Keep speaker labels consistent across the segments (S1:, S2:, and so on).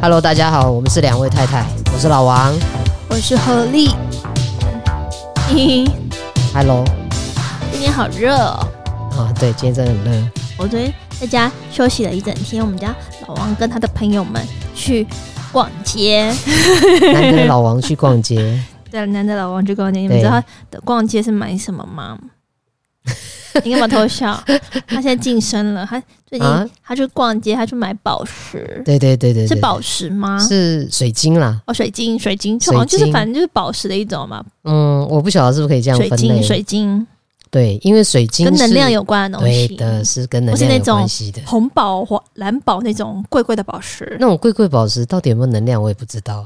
S1: Hello，大家好，我们是两位太太，我是老王。
S2: 我是何 丽。嘿嘿，
S1: Hello，
S2: 今天好热哦！
S1: 啊，对，今天真的很热，
S2: 我昨天在家休息了一整天，我们家老王跟他的朋友们去逛街。
S1: 难得老王去逛街，
S2: 对，难得老王去逛街，你们
S1: 对
S2: 知道他的逛街是买什么 吗？你干嘛偷 笑？他现在晋升了，他最近、
S1: 啊
S2: 他去逛街，他去买宝石，
S1: 对对对对
S2: 是
S1: 对，
S2: 宝石吗？
S1: 是水晶啦，
S2: 哦，水晶，水晶，
S1: 水
S2: 好像就是
S1: 晶
S2: 反正就是宝石的一种嘛，
S1: 嗯，我不晓得是不是可以这样
S2: 水
S1: 分
S2: 晶，
S1: 类，
S2: 水晶
S1: 对，因为水晶
S2: 跟能量
S1: 有
S2: 有关的东
S1: 对
S2: 西。
S1: 的，是跟能
S2: 不是
S1: 量
S2: 那
S1: 有
S2: 种
S1: 关系的。
S2: 红宝、黄蓝宝那种贵贵的宝石，
S1: 那种贵贵宝石到底有没有能量，我也不知道。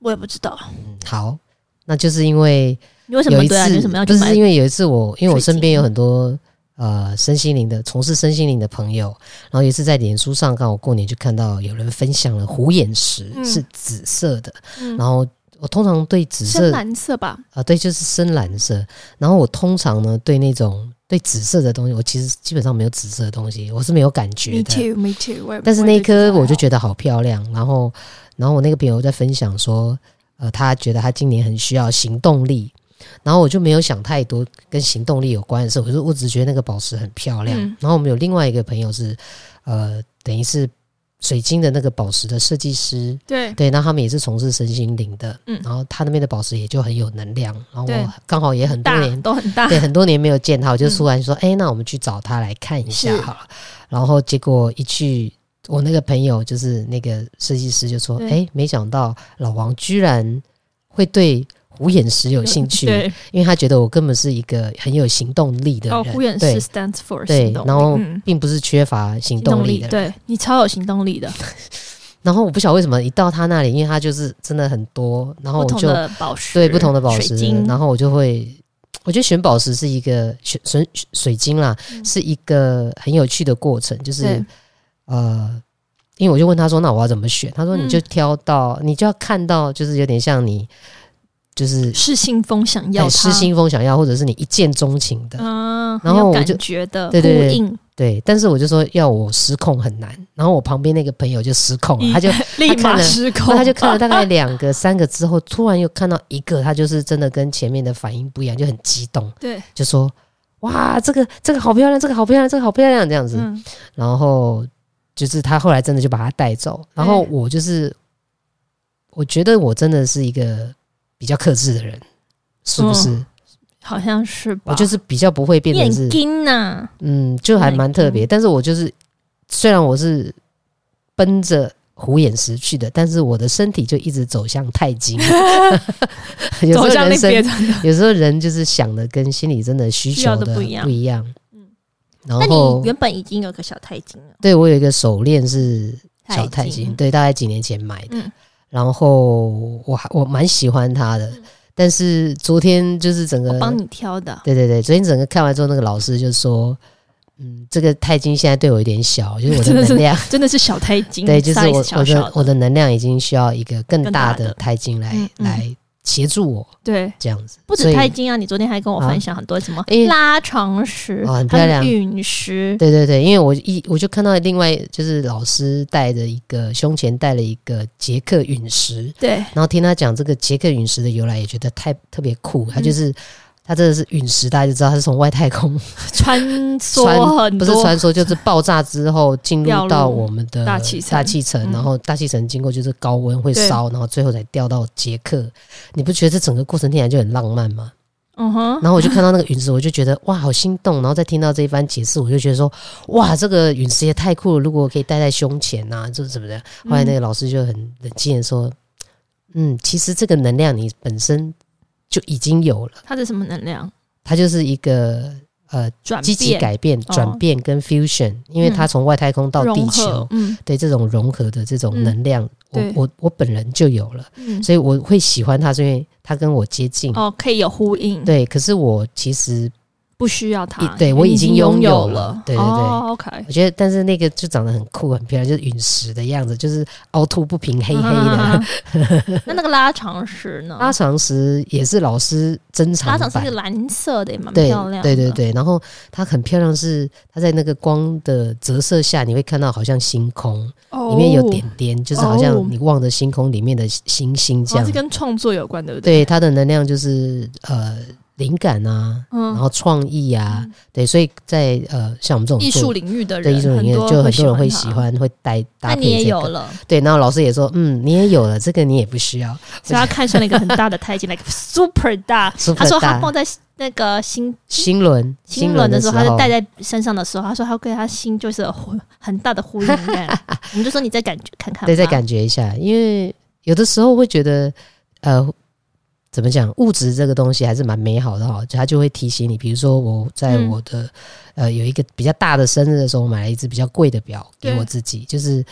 S2: 我也不知道。
S1: 嗯，好，那就是因为
S2: 你为什
S1: 有
S2: 么
S1: 一
S2: 对啊？
S1: 次，
S2: 你为什么要去
S1: 不
S2: 买
S1: 是？因为有一次我，因为我
S2: 水晶
S1: 身边有很多呃身心灵的从事身心灵的朋友，然后也是在脸书上，刚好过年就看到有人分享了虎眼石、
S2: 嗯
S1: 是紫色的，
S2: 嗯
S1: 然后我通常对紫
S2: 深
S1: 色
S2: 蓝色吧？
S1: 啊，对，就是深蓝色。然后我通常呢，对那种对紫色的东西，我其实基本上没有紫色的东西，我是没有感觉
S2: Me
S1: 的。
S2: too, me too 我也。
S1: 但是那一颗我就
S2: 得
S1: 觉得好漂亮，然后，然后我那个朋友在分享说，呃，他觉得他今年很需要行动力，然后我就没有想太多跟行动力有关的事，我就我只觉得那个宝石很漂亮。
S2: 嗯
S1: 然后我们有另外一个朋友是，呃，等于是水晶的那个宝石的设计师，
S2: 对，
S1: 对，那他们也是从事身心灵的，
S2: 嗯
S1: 然后他那边的宝石也就很有能量，然后
S2: 对
S1: 我刚好也很多
S2: 大
S1: 年
S2: 都很 大。
S1: 对，很多年没有见他，我就
S2: 嗯
S1: 突然说，哎、那我们去找他来看一下
S2: 是
S1: 好了。然后结果一去，我那个朋友就是那个设计师就说，哎、
S2: 对
S1: 没想到老王居然会对虎眼石有兴趣，
S2: 对，
S1: 因为他觉得我根本是一个很有行动力的人，
S2: 哦，护眼
S1: 对
S2: 石 stands for
S1: 对
S2: 行动，力
S1: 然后
S2: 嗯
S1: 并不是缺乏行
S2: 行
S1: 动
S2: 动
S1: 力
S2: 力，
S1: 的人。
S2: 对你超有行动力的，
S1: 然后我不晓得为什么一到他那里，因为他就是真的很多，然后
S2: 不
S1: 我
S2: 同
S1: 就
S2: 的宝石，
S1: 对不同的宝石
S2: 水晶，，
S1: 然后我就会，我觉得选宝石是一个选选水晶啦，
S2: 嗯
S1: 是一个很有趣的过程，就是
S2: 对
S1: 呃，因为我就问他说，那我要怎么选？他说
S2: 嗯
S1: 你就挑到，你就要看到，就是有点像你就是
S2: 是信风想要
S1: 很
S2: 它
S1: 失，心疯想要，或者是你一见钟情的，
S2: 嗯，很
S1: 然后
S2: 有
S1: 我
S2: 感
S1: 就
S2: 觉的，
S1: 对对对哦
S2: 呼应
S1: 对。但是我就说要我失控很难，然后我旁边那个朋友就失控了，他就
S2: 立
S1: 看
S2: 马
S1: 了
S2: 失控，
S1: 那他就看了大概两个、三个之后，突然又看到一个，他就是真的跟前面的反应不一样，就很激动，
S2: 对，
S1: 就说：“哇，这个这个好漂亮，这个好漂亮，这个好漂亮！”这样子，
S2: 嗯，
S1: 然后就是他后来真的就把他带走，然后
S2: 哎
S1: 我就是、我觉得我真的是一个比较克制的人，是不
S2: 嗯
S1: 是？
S2: 好像是吧？啊
S1: 我就是比较不会变
S2: 眼
S1: 成是
S2: 睛呐，
S1: 嗯，就还蛮特别。但是我就是，虽然我是奔着虎眼石去的，但是我的身体就一直走向太极。 有时候
S2: 走向
S1: 人
S2: 那
S1: 生，
S2: 边的。
S1: 有时候人就是想的跟心里真的需
S2: 需
S1: 求
S2: 要的
S1: 的
S2: 不一样
S1: 不一样。
S2: 嗯
S1: 然
S2: 那
S1: 后
S2: 你原本已经有个小啊钛金了，
S1: 对我有一个手链是小钛金，
S2: 金，
S1: 对，大概几年前买的。
S2: 嗯
S1: 然后我还我蛮喜欢它的，但是昨天就是整个
S2: 我帮你挑的，
S1: 对对对，昨天整个看完之后，那个老师就说，嗯，这个钛金现在对我有点小，就是我
S2: 真
S1: 的
S2: 的是
S1: 能量，
S2: 真的是小钛金，
S1: 对，就是
S2: size
S1: 我
S2: 小
S1: 我
S2: 小
S1: 的我的能量已经需要一个更
S2: 更
S1: 大
S2: 大
S1: 的
S2: 的
S1: 钛金来、
S2: 嗯嗯
S1: 来协助我
S2: 对，
S1: 这样子，
S2: 不止
S1: 所以
S2: 钛金啊，你昨天还跟我分享很多什么
S1: 啊因为
S2: 拉长石、
S1: 哦很漂
S2: 还
S1: 亮
S2: 有陨石，
S1: 对对对，因为我一我就看到另外就是老师带着一个胸前带了一个捷克陨石，
S2: 对，
S1: 然后听他讲这个捷克陨石的由来，也觉得太特别酷，它
S2: 嗯
S1: 就是。它真的是陨石，大家就知道它是从外太空
S2: 穿梭很
S1: 不
S2: 多，
S1: 是传说，就是爆炸之后进入
S2: 掉入
S1: 到我们的
S2: 大气层
S1: 大气层，
S2: 嗯
S1: 然后大气层经过就是高温会烧，然后最后才掉到捷克。你不觉得这整个过程听起来就很浪漫吗？
S2: 嗯哼，
S1: 然后我就看到那个陨石，我就觉得哇，好心动。然后再听到这一番解释，我就觉得说哇，这个陨石也太酷了，如果可以戴在胸前呐、啊，这怎么的？
S2: 嗯
S1: 后来那个老师就很冷静的说，嗯，其实这个能量你本身就已经有了，
S2: 它是什么能量
S1: 它就是一个呃
S2: 转
S1: 积极
S2: 变
S1: 改变、
S2: 哦
S1: 转变跟 fusion，、因为它从外太空到地
S2: 融
S1: 球
S2: 合，，嗯
S1: 对这种融合的这种
S2: 嗯
S1: 能量，
S2: 对
S1: 我我我本人就有了，
S2: 嗯，
S1: 所以我会喜欢它，是因为它跟我接近。
S2: 哦，可以有呼应，
S1: 对，可是我其实
S2: 不需要它，
S1: 对
S2: 因为
S1: 我
S2: 你
S1: 已
S2: 已
S1: 经拥
S2: 拥
S1: 有了
S2: 了。
S1: 对对对
S2: 哦，OK，
S1: 我觉得，但是那个就长得很酷、很漂亮，就是陨石的样子，就是凹凸不平、黑黑的。
S2: 啊。 那那个拉长石呢？
S1: 拉长石也是老师珍藏
S2: 拉
S1: 版
S2: 长是一个蓝色的，也蛮
S1: 对
S2: 漂亮的。
S1: 对对对，然后它很漂亮是，它在那个光的折射下，你会看到好像星空，
S2: 哦，
S1: 里面有点点，就是好
S2: 哦
S1: 像你望着星空里面的星星这
S2: 好像
S1: 样
S2: 是。跟创作有关，对不对？
S1: 对，它的能量就是呃灵感啊，然
S2: 嗯，
S1: 后创意啊，对，所以在呃像我们这种
S2: 艺
S1: 做
S2: 术领域的
S1: 对
S2: 人，
S1: 艺术里面，就很多人会喜
S2: 它。
S1: 欢，会带搭
S2: 那
S1: 配、这
S2: 你也有
S1: 个
S2: 了，
S1: 对，然后老师也说，嗯，你也有了，这个你也不需要。
S2: 所以他看上了一个很大的太极 ，like super 大。
S1: super
S2: 他说他
S1: 大
S2: 放在那个心
S1: 心轮，
S2: 心轮
S1: 轮
S2: 的时
S1: 时
S2: 候，他就戴在身上的时候，他说他给他心就是有呼很大的呼应感。 我们就说你再感觉看看吧，
S1: 对，再感觉一下，因为有的时候会觉得，呃，怎么讲，物质这个东西还是蛮美好的哈，就它就会提醒你，比如说我在
S2: 嗯
S1: 我的、呃有一个比较大的生日的时候，我买了一只比较贵的表给
S2: 对
S1: 我自己，就是。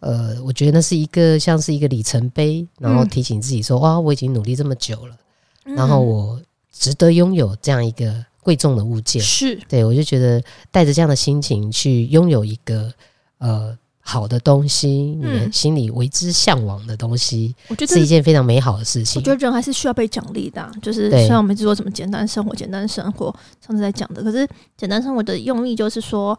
S1: 呃，我觉得那是一个像是一个里程碑，然后
S2: 嗯
S1: 提醒自己说，哇，我已经努力这么久了，
S2: 嗯，
S1: 然后我值得拥有这样一个贵重的物件。
S2: 嗯是
S1: 对我就觉得带着这样的心情去拥有一个呃好的东西，你的
S2: 嗯
S1: 心里为之向往的东西，
S2: 我觉得
S1: 是一件非常美好的事
S2: 我
S1: 情
S2: 觉。得人还是需要被奖励的啊、就是
S1: 对
S2: 虽然我们一直说什么简单生活、简单生活，上次在讲的，可是简单生活的用意就是说，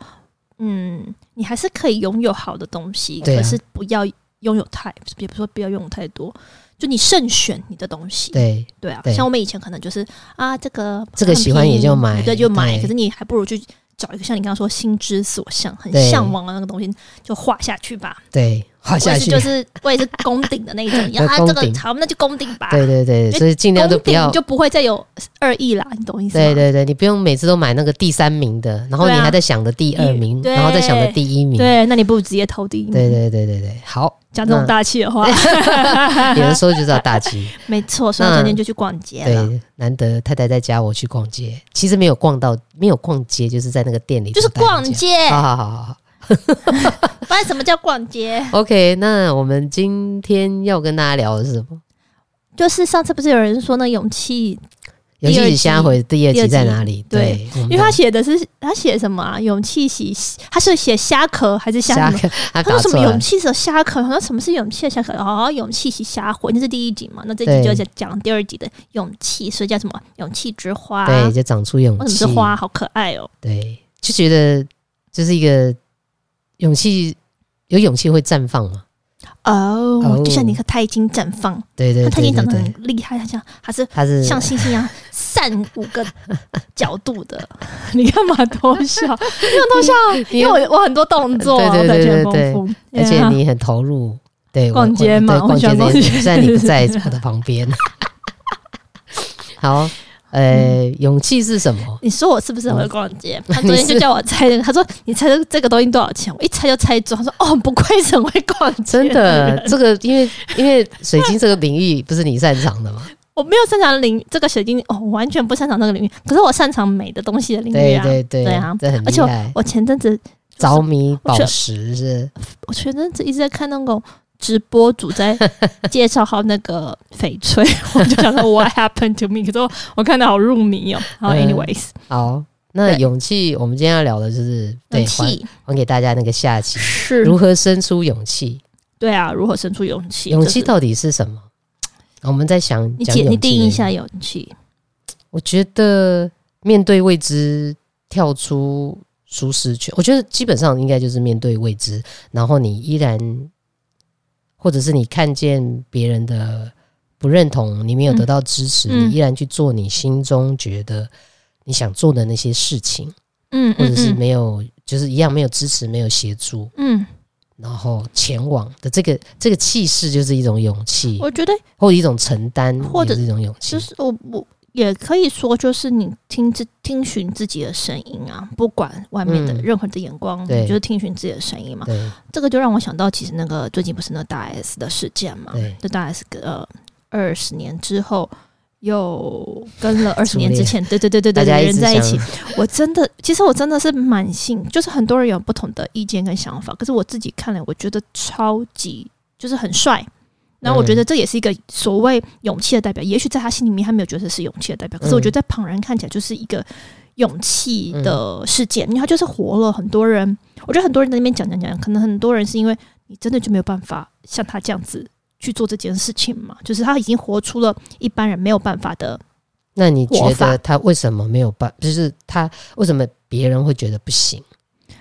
S2: 嗯，你还是可以拥有好的东西，
S1: 对啊
S2: 可是不要拥有太，也不是说不要拥有太多，就你慎选你的东西。
S1: 对
S2: 对啊，
S1: 对
S2: 像我们以前可能就是啊，这个
S1: 这个
S2: 很
S1: 喜欢
S2: 便宜
S1: 也就买
S2: 对，就买。
S1: 对
S2: 可是你还不如去找一个像你刚刚说心之所向、很
S1: 对
S2: 向往的那个东西，就画下去吧。
S1: 对，画
S2: 我
S1: 下
S2: 也
S1: 去，
S2: 是，就是我也是 攻顶的那一种，啊，
S1: 攻
S2: 这个
S1: 顶
S2: 好，那就攻顶吧。
S1: 对对对，
S2: 就
S1: 所以尽量都
S2: 攻
S1: 不
S2: 顶
S1: 要。
S2: 就不会再有二意啦，你懂意思吗？
S1: 对对对，你不用每次都买那个第三名的，然后你
S2: 对啊
S1: 还在想着第二名，
S2: 对
S1: 然后再想着第一名。
S2: 对那你不如直接投第一名，
S1: 对哎对对对对，好，
S2: 讲这种大气的话，
S1: 有的时候就是要大吉。
S2: 没错。所以
S1: 那
S2: 我 今天就去逛街了，
S1: 对，难得太太在家，我去逛街，其实没有逛到，没有逛街，就是在那个店里
S2: 就是
S1: 头待了
S2: 逛
S1: 一下。
S2: 街。
S1: 好好好好好。
S2: 不然什么叫逛街？
S1: OK，那我们今天要跟大家聊的是什么？
S2: 就是上次不是有人说那勇气，
S1: 游
S2: 第二
S1: 戏
S2: 集
S1: 瞎回第二
S2: 第
S1: 集
S2: 二
S1: 在
S2: 集
S1: 哪里？
S2: 对
S1: 对，因
S2: 因为他写的是他写什么啊？勇气洗，他是写虾壳还是虾
S1: 瞎
S2: 什么？
S1: 他
S2: 他
S1: 搞
S2: 说什
S1: 错
S2: 么
S1: 了
S2: 勇。气是虾壳？好像什么是勇气的虾壳？哦，勇气洗虾魂，那是第一集嘛？那这
S1: 对
S2: 集就讲讲第二集的勇气，所以叫什么勇气之花？
S1: 对，就长出勇
S2: 为
S1: 气。
S2: 什么是花？好可爱哦！
S1: 对，就觉得就是一个勇气，有勇气会绽放嘛。
S2: 哦
S1: 哦，
S2: 就像你和他已经绽放，
S1: 对对
S2: 那他已
S1: 对
S2: 经
S1: 对
S2: 长得
S1: 对，
S2: 很厉害，他像他是
S1: 他是
S2: 像星星一样散五个角度 的。你干嘛偷笑？ 你干嘛偷笑？因为我我很多动作啊，
S1: 对
S2: 我
S1: 对
S2: 感觉
S1: 对
S2: 很
S1: 对
S2: 丰富，啊
S1: 而且
S2: Yeah
S1: 你很投入。对，我
S2: 逛街
S1: 我
S2: 嘛
S1: 对
S2: 我
S1: 逛街
S2: 喜欢
S1: 这件
S2: 逛
S1: 事，
S2: 街
S1: 虽然你不 在我的旁边。 好，呃，
S2: 嗯
S1: 勇气是什么？
S2: 你说我是不是很会逛街？
S1: 嗯
S2: 他昨天就叫我猜那个，他说你猜这个这个东西多少钱？我一猜就猜中。他说哦，不愧是很会逛 街，
S1: 真的，，这个因为因为水晶这个领域不是你擅长的嘛？
S2: 我没有擅长领这个水晶，哦，我完全不擅长那个领域。可是我擅长美的东西的 领域
S1: 对
S2: 啊。
S1: 对对，
S2: 对啊
S1: 这很
S2: 而
S1: 厉
S2: 且
S1: 害。
S2: 我前阵子
S1: 着迷宝
S2: 我觉得
S1: 石是
S2: 我前阵子一直在看那种直播主 在介绍好那个翡翠， 我就想说 What happened to me？可是我我看到好入迷哦。然后
S1: 嗯
S2: anyways，
S1: 好。那
S2: 对
S1: 勇气，我们今天要聊的就是对
S2: 勇
S1: 还
S2: 气
S1: 还给大家那个下集，
S2: 是
S1: 如何生出勇气？
S2: 对啊，如何生出勇气？
S1: 勇
S2: 这
S1: 气
S2: 是
S1: 到底是什么？我们在想
S2: 你
S1: 讲
S2: 解
S1: 勇
S2: 你
S1: 气
S2: 定义
S1: 的
S2: 一下勇气。
S1: 我觉得面对未知，跳出舒适圈，我觉得基本上应该就是面对未知，然后你依然，或者是你看见别人的不认同，你没有
S2: 嗯
S1: 得到支持，
S2: 嗯
S1: 你依然去做你心中觉得你想做的那些事情，
S2: 嗯
S1: 或者是
S2: 嗯
S1: 没有，就是一样没有支持，没有协助，
S2: 嗯，
S1: 然后前往的这个这个气势，就是一种勇气，
S2: 我觉得
S1: 或者一种承担，
S2: 或者
S1: 也是一种勇气
S2: 就。是我我也可以说，就是你听自听寻自己的声音啊，不管外面的
S1: 嗯
S2: 任何的眼光，
S1: 对
S2: 你就是听寻自己的声音嘛。
S1: 对
S2: 这个就让我想到，其实那个最近不是那大 S 的事件嘛
S1: 对，
S2: 就大 S 跟呃二十年之后又跟了二十年之前，对对对对
S1: 大
S2: 对，
S1: 家
S2: 对
S1: 一
S2: 人
S1: 直
S2: 在一
S1: 想
S2: 起，我真的，其实我真的是蛮幸，就是很多人有不同的意见跟想法，可是我自己看了，我觉得超级就是很帅。然后我觉
S1: 嗯
S2: 得这也是一个所
S1: 嗯
S2: 谓勇气的代表，也许在他心里面他没有觉得是勇气的代表，可是我觉得在旁人看起来就是一个勇气的事件，因为它就是活了很多人。我觉得很多人在那边讲讲讲，可能很多人是因为你真的就没有办法像他这样子去做这件事情嘛，就是他已经活出了一般人没有办法的。
S1: 那你觉
S2: 活
S1: 得
S2: 法
S1: 他为什么没有办？就是他为什么别人会觉得不行？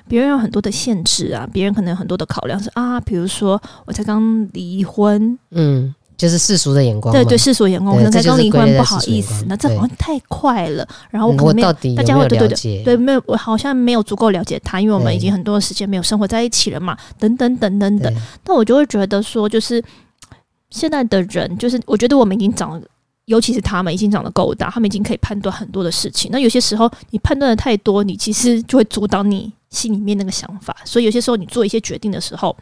S2: 别人有很多的限制啊，别人可能有很多的考量是啊，比如说我才刚离婚，
S1: 嗯，就是世俗的眼光嘛。嗯
S2: 对对，世俗眼光，
S1: 哦对
S2: 我可能
S1: 这就
S2: 才
S1: 是
S2: 刚
S1: 归
S2: 离
S1: 类在
S2: 婚，不
S1: 世
S2: 好
S1: 俗眼
S2: 意
S1: 光
S2: 思，那这
S1: 对
S2: 好像太快了，然后我
S1: 嗯
S2: 可
S1: 我
S2: 能没
S1: 到
S2: 有
S1: 底有
S2: 大
S1: 没
S2: 家
S1: 有
S2: 会对
S1: 了
S2: 对
S1: 解？
S2: 对，没有，我好像没有足够了解他，因为我们
S1: 对
S2: 已经很多时间没有生活在一起了嘛，等等等等等
S1: 对。
S2: 那我就会觉得说，就是现在的人，就是我觉得我们已经长得，尤其是他们已经长得够大，他们已经可以判断很多的事情。那有些时候你判断的太多，你其实就会阻挡你心里面那个想法。所以有些时候你做一些决定的时候，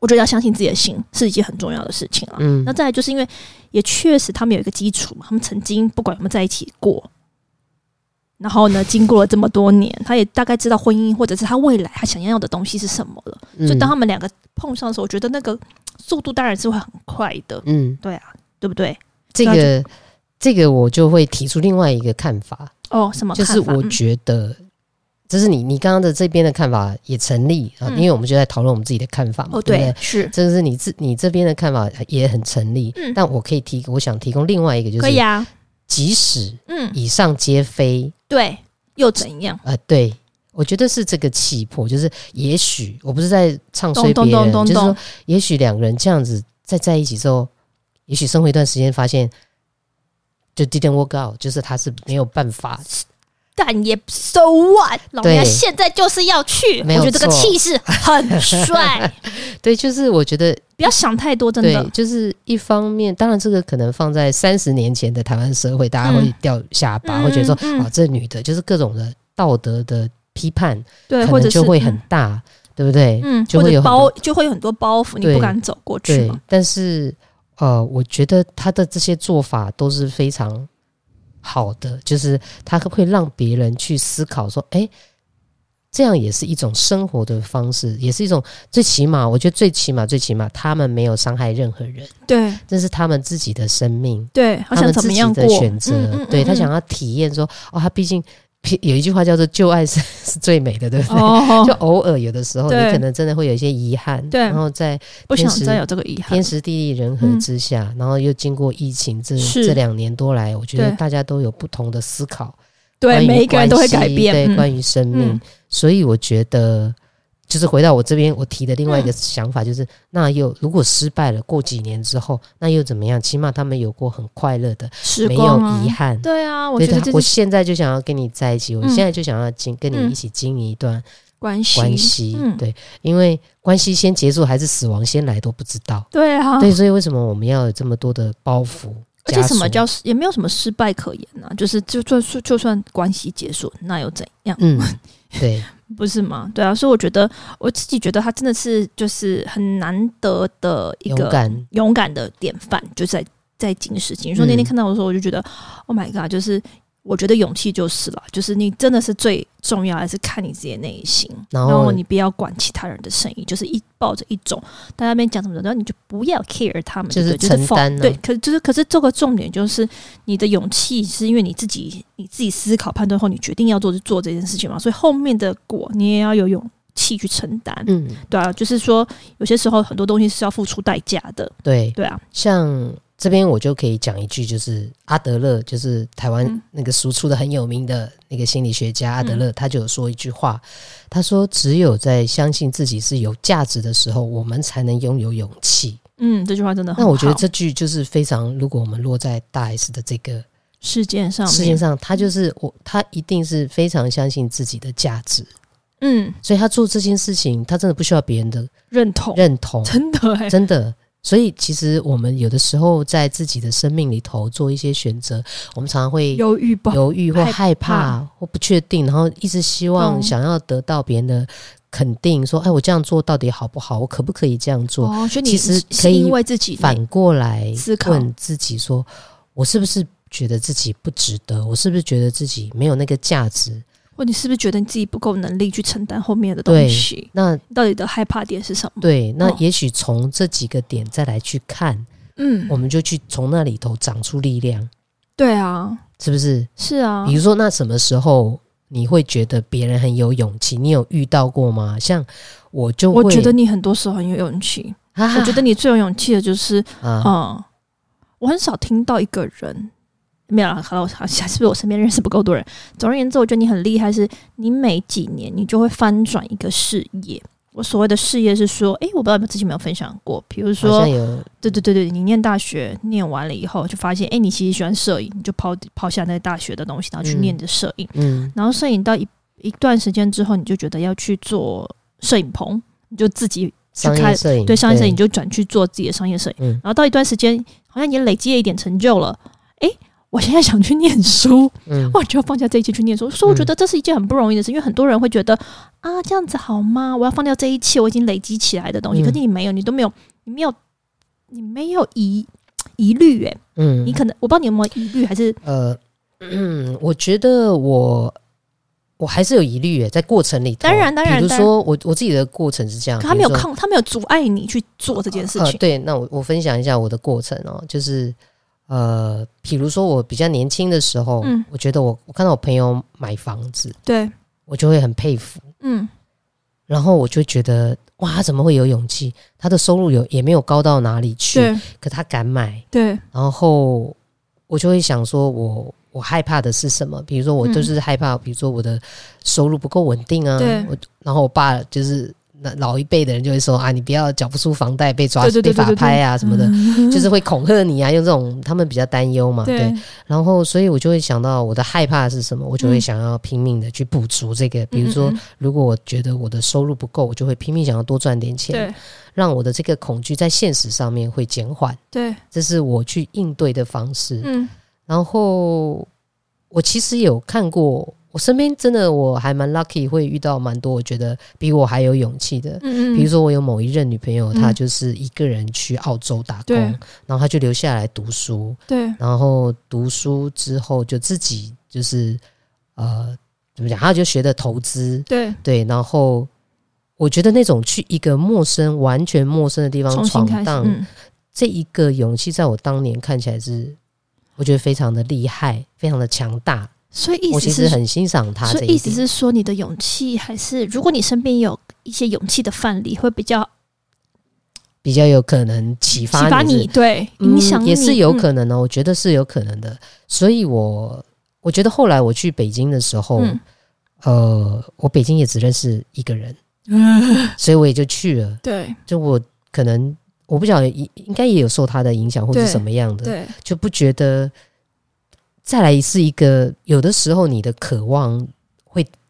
S2: 我觉得要相信自己的心是一件很重要的事情了。
S1: 嗯
S2: 那再来就是因为，也确实他们有一个基础嘛，他们曾经不管有没有在一起过，然后呢，经过了这么多年，他也大概知道婚姻或者是他未来他想要的东西是什么了。
S1: 嗯
S2: 所以当他们两个碰上的时候，我觉得那个速度当然是会很快的，
S1: 嗯，嗯
S2: 对啊，对不对？啊
S1: 这个这个我就会提出另外一个看法，
S2: 哦，什么
S1: 就
S2: 看法？
S1: 是
S2: 嗯
S1: 我觉得，这是你你刚刚的这边的看法也成立啊，
S2: 嗯
S1: 因为我们就在讨论我们自己的看法嘛，
S2: 嗯哦，
S1: 对不
S2: 对
S1: 对？，
S2: 是
S1: 这是你自你这边的看法也很成立，
S2: 嗯
S1: 但我可以提，我想提供另外一个就
S2: 可以
S1: 是，
S2: 啊，
S1: 即使
S2: 嗯，
S1: 以上皆非，
S2: 对，又怎样？
S1: 呃，对我觉得是这个气魄，就是也许我不是在唱衰
S2: 咚
S1: 别
S2: 咚咚
S1: 人，
S2: 咚
S1: 就是说
S2: 咚，
S1: 也许两个人这样子再在一起之后，也许生活一段时间，发现就 didn't work out，就是他是没有办法，
S2: 但也 so what？老
S1: 对
S2: 娘现在就是要去，
S1: 没有
S2: 我觉得这个
S1: 错
S2: 气势很 帅，
S1: 对，就是我觉得
S2: 不要想太多，真
S1: 对
S2: 的，，
S1: 就是一方面，当然这个可能放在三十年前的台湾社会，大家会
S2: 嗯
S1: 掉下巴，
S2: 嗯
S1: 会觉得说
S2: 嗯嗯
S1: 啊，这女的就是各种的道德的批判，
S2: 对，
S1: 可
S2: 或
S1: 能
S2: 者嗯
S1: 就是会很大，对不对？
S2: 嗯，嗯
S1: 就
S2: 或
S1: 会有
S2: 者
S1: 很
S2: 包
S1: 多
S2: 就会有很多包袱，你
S1: 对
S2: 不敢走过去
S1: 对
S2: 嘛。，
S1: 但是呃，我觉得她的这些做法都是非常好的，就是她会让别人去思考说，哎、这样也是一种生活的方式，也是一种最起码，我觉得最起码最起码，他们没有伤害任何人，
S2: 对
S1: 这是他们自己的生命。
S2: 对，好
S1: 他
S2: 想
S1: 们
S2: 怎
S1: 自
S2: 么
S1: 己
S2: 样过
S1: 的选择，
S2: 嗯嗯
S1: 对
S2: 嗯
S1: 他
S2: 嗯
S1: 想要体验说，哦，他毕竟有一句话叫做“旧爱是是最美的”，对不对？
S2: 哦，
S1: 就偶尔有的时候，你
S2: 对
S1: 可能真的会有一些遗憾，
S2: 对
S1: 然后在
S2: 不想
S1: 天时
S2: 再有这个遗憾
S1: 天。时地利人和之下，然后又经过疫情这
S2: 嗯是
S1: 这两年多来，我觉得
S2: 对
S1: 大家都有不同的思考，关
S2: 对，
S1: 于
S2: 每一个人都会改变。
S1: 关系对，
S2: 嗯
S1: 关于生命，
S2: 嗯
S1: 所以我觉得。就是回到我这边，我提的另外一个
S2: 嗯
S1: 想法，就是、那又如果失败了，过几年之后，那又怎么样？起码他们有过很快乐的，
S2: 时
S1: 没
S2: 光啊
S1: 有遗憾。
S2: 对啊，我
S1: 对
S2: 觉得
S1: 的，
S2: 这
S1: 我
S2: 是
S1: 现在就想要跟你在一起，我
S2: 嗯
S1: 现在就想要经跟你
S2: 嗯
S1: 一起经营一段
S2: 关系，
S1: 关系，
S2: 嗯
S1: 对，因为关系先结束还是死亡先来都不知道，
S2: 对啊，
S1: 对，所以为什么我们要有这么多的包袱？
S2: 而且什么
S1: 枷锁
S2: 叫也没有什么失败可言啊，就是就就算就算关系结束，那又怎样？
S1: 嗯， 对，
S2: 不是吗？对啊，所以我觉得我自己觉得他真的是就是很难得的一
S1: 勇
S2: 个
S1: 敢，
S2: 勇敢的典范，就在在警示你说那天
S1: 嗯
S2: 看到的时候，我就觉得、o h my God，就是我觉得勇气就是了，就是你真的是最重要，还是看你自己的内心，
S1: 然
S2: 然
S1: 后
S2: 你不要管其他人的声音，就是一抱着一种大家在那边讲什么的，然后你就不要 care 他们，
S1: 就是
S2: 对就是
S1: 承
S2: 放
S1: 担啊
S2: 对，可就是可是这个重点就是你的勇气是因为你自己你自己思考判断后，你决定要做做这件事情嘛，所以后面的果你也要有勇气去承担，
S1: 嗯，
S2: 对啊，就是说有些时候很多东西是要付出代价的，
S1: 对，
S2: 对啊，
S1: 像这边我就可以讲一句，就是阿德勒，就是台湾
S2: 嗯
S1: 那个输出的很有名的那个心理学家阿德勒，他就有说一句话，他说：“只有在相信自己是有价值的时候，我们才能拥有勇气。
S2: 嗯，这句话真的”很
S1: 那
S2: 好。
S1: 我觉得这句就是非常，如果我们落在大 S 的这个
S2: 事件上面，
S1: 事情上，他就是我，他一定是非常相信自己的价值，
S2: 嗯，
S1: 所以他做这件事情，他真的不需要别人的
S2: 认同，
S1: 认同，
S2: 真的哎、
S1: 真的。所以其实我们有的时候在自己的生命里头做一些选择，我们常常会
S2: 忧郁吧，
S1: 犹豫或
S2: 害嗯
S1: 害怕或不确定，然后一直希望
S2: 懂
S1: 想要得到别人的肯定，说：“哎，我这样做到底好不好？我可不可以这样做
S2: 哦，所以
S1: 其
S2: 你
S1: 实
S2: 是
S1: 可
S2: 是
S1: 以
S2: 因为自己？”
S1: 反过来
S2: 思考
S1: 问自己说：“我是不是觉得自己不值得？我是不是觉得自己没有那个价值
S2: 或你是不是觉得你自己不够能力去承担后面的
S1: 对
S2: 东西？”？
S1: 那
S2: 到底的害怕点是什么？
S1: 对，那
S2: 哦
S1: 也许从这几个点再来去看，
S2: 嗯
S1: 我，们就去从那里头长出力量。
S2: 对啊，
S1: 是不是？
S2: 是啊
S1: 比，如说，那什么时候你会觉得别人很有勇气？你有遇到过吗？像我就会，
S2: 我觉得你很多时候很有勇气。
S1: 啊
S2: 我觉得你最有勇气的就是，
S1: 啊，
S2: 嗯，我很少听到一个人。没有啦，好了，我想想是不是我身边认识不够多人？总而言之，我觉得你很厉害，是你每几年你就会翻转一个事业。我所谓的事业是说，诶，我不知道你们之前有没有分享过，比如
S1: 好
S2: 说
S1: 像，有
S2: 对对对对，你念大学念完了以后，就发现，诶，你其实喜欢摄影，你就抛抛下那个大学的东西，然后去
S1: 嗯
S2: 念你的摄影。
S1: 嗯
S2: 然后摄影到一一段时间之后，你就觉得要去做摄影棚，你就自己去
S1: 商
S2: 开
S1: 业摄影，
S2: 对商业摄影，你就转去做自己的商业摄影。
S1: 嗯
S2: 然后到一段时间，好像也累积了一点成就了，诶，我现在想去念书，
S1: 嗯
S2: 我就要放下这一切去念书。所以我觉得这是一件很不容易的事，因为很多人会觉得啊，这样子好吗？我要放掉这一切我已经累积起来的东西，
S1: 嗯
S2: 可是你没有，你都没有，你没有，你没有疑疑虑，诶，
S1: 嗯，
S2: 你可能我不知道你有没有疑虑，还是
S1: 呃，嗯，我觉得我我还是有疑虑耶，在过程里头，
S2: 当然当然
S1: 比如
S2: 当然
S1: 说我我自己的过程是这样，
S2: 可他没有
S1: 啊比如说
S2: 抗，他没有阻碍你去做这件事
S1: 呃
S2: 情。
S1: 对，那我我分享一下我的过程哦，就是呃，比如说我比较年轻的时候，
S2: 嗯
S1: 我觉得我我看到我朋友买房子，
S2: 对，
S1: 我就会很佩服，
S2: 嗯，
S1: 然后我就觉得哇，他怎么会有勇气？他的收入有也没有高到哪里去，
S2: 对
S1: 可他敢买，
S2: 对，
S1: 然后我就会想说我。我害怕的是什么？比如说，我
S2: 嗯
S1: 就是害怕，比如说我的收入不够稳定啊
S2: 对。
S1: 我然后我爸就是那老一辈的人就会说啊，你不要缴不出房贷被抓
S2: 对对对
S1: 被法
S2: 对对嗯
S1: 拍啊什么的。就是会恐吓你啊，用这种他们比较担忧嘛，啊对
S2: 对。
S1: 然后，所以我就会想到我的害怕是什么，我就会
S2: 嗯
S1: 想要拼命的去补足这个。比如说
S2: 嗯嗯嗯，
S1: 如果我觉得我的收入不够，我就会拼命想要多赚点钱，
S2: 对
S1: 让我的这个恐惧在现实上面会减缓。
S2: 对，
S1: 这是我去应对的方式。
S2: 嗯
S1: 然后，我其实有看过，我身边真的我还蛮 lucky，会遇到蛮多我觉得比我还有勇气的。
S2: 嗯嗯，
S1: 比如说，我有某一任女朋友，
S2: 嗯
S1: 她就是一个人去澳洲打工，
S2: 对
S1: 然后她就留下来读书，
S2: 对
S1: 然后读书之后就自己就是呃怎么讲，她就学的投资，
S2: 对，
S1: 对，然后我觉得那种去一个陌生、完全陌生的地方
S2: 重新
S1: 闯
S2: 开始，
S1: 荡，
S2: 嗯
S1: 这一个勇气，在我当年看起来是。我觉得非常的厉害，非常的强大。
S2: 所以意
S1: 我
S2: 思
S1: 其实
S2: 是
S1: 很欣赏她
S2: 所
S1: 这
S2: 以
S1: 一
S2: 意思
S1: 点。
S2: 是说，你的勇气还是如果你身边有一些勇气的范例，会比较
S1: 比较有可能启
S2: 启
S1: 发
S2: 发
S1: 是
S2: 你，对，
S1: 嗯
S2: 影响你嗯
S1: 也是有可能哦的、我觉得是有可能的。所以我我觉得后来我去北京的时候，
S2: 嗯
S1: 呃，我北京也只认识一个人，
S2: 嗯，
S1: 所以我也就去了。
S2: 对
S1: 就我可能我不晓得，应应该也有受他的影响，或者是什么样的，
S2: 对
S1: 就不觉得再来一次一个。有的时候你的渴望，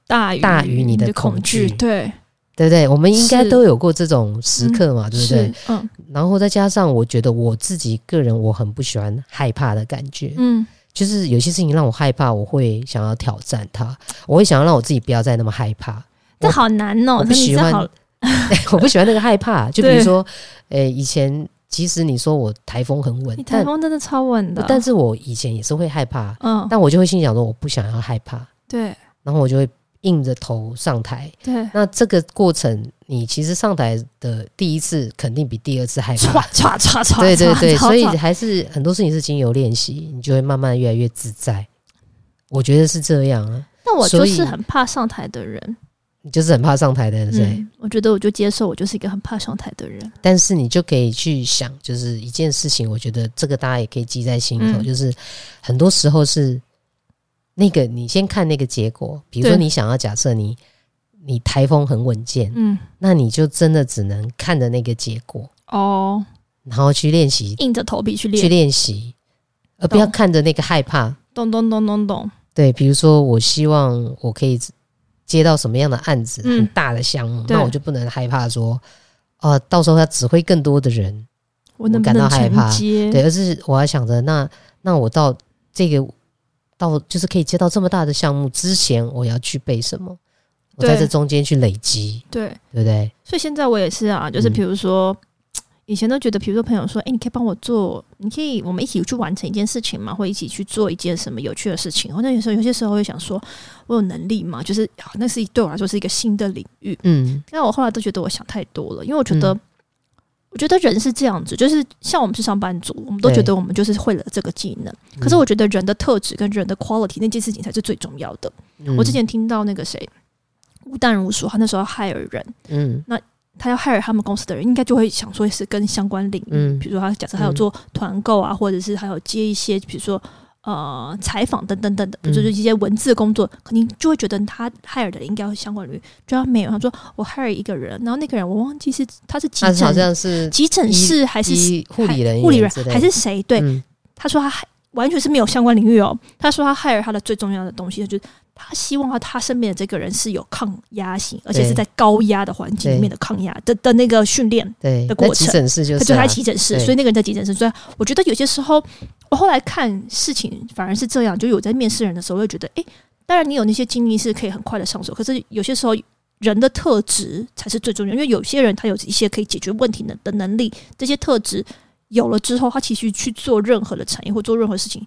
S2: 大于
S1: 大于你的恐
S2: 恐
S1: 惧
S2: 对
S1: 对不对？我们应该
S2: 是
S1: 都有过这种时刻嘛，对不对
S2: 是？嗯
S1: 然后再加上，我觉得我自己个人我很不喜欢害怕的感觉，
S2: 嗯
S1: 就是有些事情让我害怕，我会想要挑战它，我会想要让我自己不要再那么害怕。
S2: 这好难哦
S1: 我，不
S2: 那你
S1: 喜
S2: 这
S1: 欢
S2: 好，
S1: 我不喜欢那个害 怕，就比如
S2: 对
S1: 说，呃，以前其实你说我台风很稳
S2: 你，台
S1: 但
S2: 风真的超稳的，啊
S1: 但是我以前也是会害怕，
S2: 嗯，
S1: 但我就会心想说我不想要害怕，
S2: 对
S1: 然后我就会硬着头上台。
S2: 对，
S1: 那这个过程，你其实上台的第一次肯定比第二次害
S2: 唰
S1: 怕。
S2: 唰唰唰，
S1: 对对
S2: 唰
S1: 对，
S2: 唰
S1: 所以
S2: 唰
S1: 还是很多事情是经由练习，你就会慢慢越来越自在。我觉得是这样啊，
S2: 但我
S1: 所
S2: 就
S1: 以
S2: 是很怕上台的人，
S1: 你就是很怕上台的人，对、
S2: 嗯，我觉得我就接受我就是一个很怕上台的人，
S1: 但是你就可以去想，就是一件事情，我觉得这个大家也可以记在心里头，
S2: 嗯
S1: 就是很多时候是那个你先看那个结果，比如说
S2: 对
S1: 你想要假设你你台风很稳健，
S2: 嗯，
S1: 那你就真的只能看着那个结果，
S2: 哦，
S1: 然后去练习
S2: 硬着头皮去
S1: 去
S2: 练，
S1: 练习，而不要看着那个害怕。
S2: 咚咚咚咚咚，
S1: 对，比如说我希望我可以接到什么样的案子，
S2: 嗯
S1: 很大的项目，
S2: 对
S1: 那我就不能害怕说，啊，到时候要指挥更多的人。
S2: 我能不
S1: 感到
S2: 能
S1: 害
S2: 承
S1: 怕
S2: 接？
S1: 对，而是我还想着，那那我到这个到就是可以接到这么大的项目之前，我要具备什么？我在
S2: 对
S1: 这中间去累积，
S2: 对，
S1: 对不对？
S2: 所以现在我也是啊，就是
S1: 嗯
S2: 比如说，以前都觉得，比如说朋友说，哎、你可以帮我做，你可以我们一起去完成一件事情嘛，或一起去做一件什么有趣的事情。或者有时候有些时候会想说，我有能力吗？就是、啊、那是一对我来说是一个新的领域。
S1: 嗯
S2: 但我后来都觉得我想太多了，因为我觉得
S1: 嗯
S2: 我觉得人是这样子，就是像我们是上班族，我们都
S1: 对嗯
S2: 觉得我们就是会了这个技能。可是我觉得人的特质跟人的 quality 那件事情才是最重要的。
S1: 嗯
S2: 我之前听到那个谁，吴淡如说，他那时候要 hire 人，
S1: 嗯
S2: 他要 hire 他们公司的人，应该就会想说是跟相关领域，
S1: 嗯
S2: 比如说他假设他有做团购啊，或者是还有接一些比如说呃采访等等等等，
S1: 嗯
S2: 就是一些文字工作，肯定就会觉得他 hire 的人应该要相关领域，就他没有，他说我 hire 一个人，然后那个人我忘记是他是急
S1: 他好
S2: 诊
S1: 像是
S2: 急诊室还是
S1: 医护理人员
S2: 护理人
S1: 之类的
S2: 还是谁？对，
S1: 嗯
S2: 他说他还完全是没有相关领域哦。他说他 hire 他的最重要的东西就是他希望他他身边的这个人是有抗压性，而且是在高压的环境里面的抗压的的那个训练。
S1: 对
S2: 的过
S1: 那急
S2: 程
S1: 诊室就
S2: 他
S1: 是
S2: 就
S1: 啊
S2: 在急诊室，
S1: 对
S2: 所以那个人在急诊室。所以我觉得有些时候，我后来看事情反而是这样，就有在面试人的时候，会觉得，诶，当然你有那些经历是可以很快的上手，可是有些时候人的特质才是最重要，因为有些人他有一些可以解决问题的的能力，这些特质有了之后，他其实去做任何的产业或做任何事情，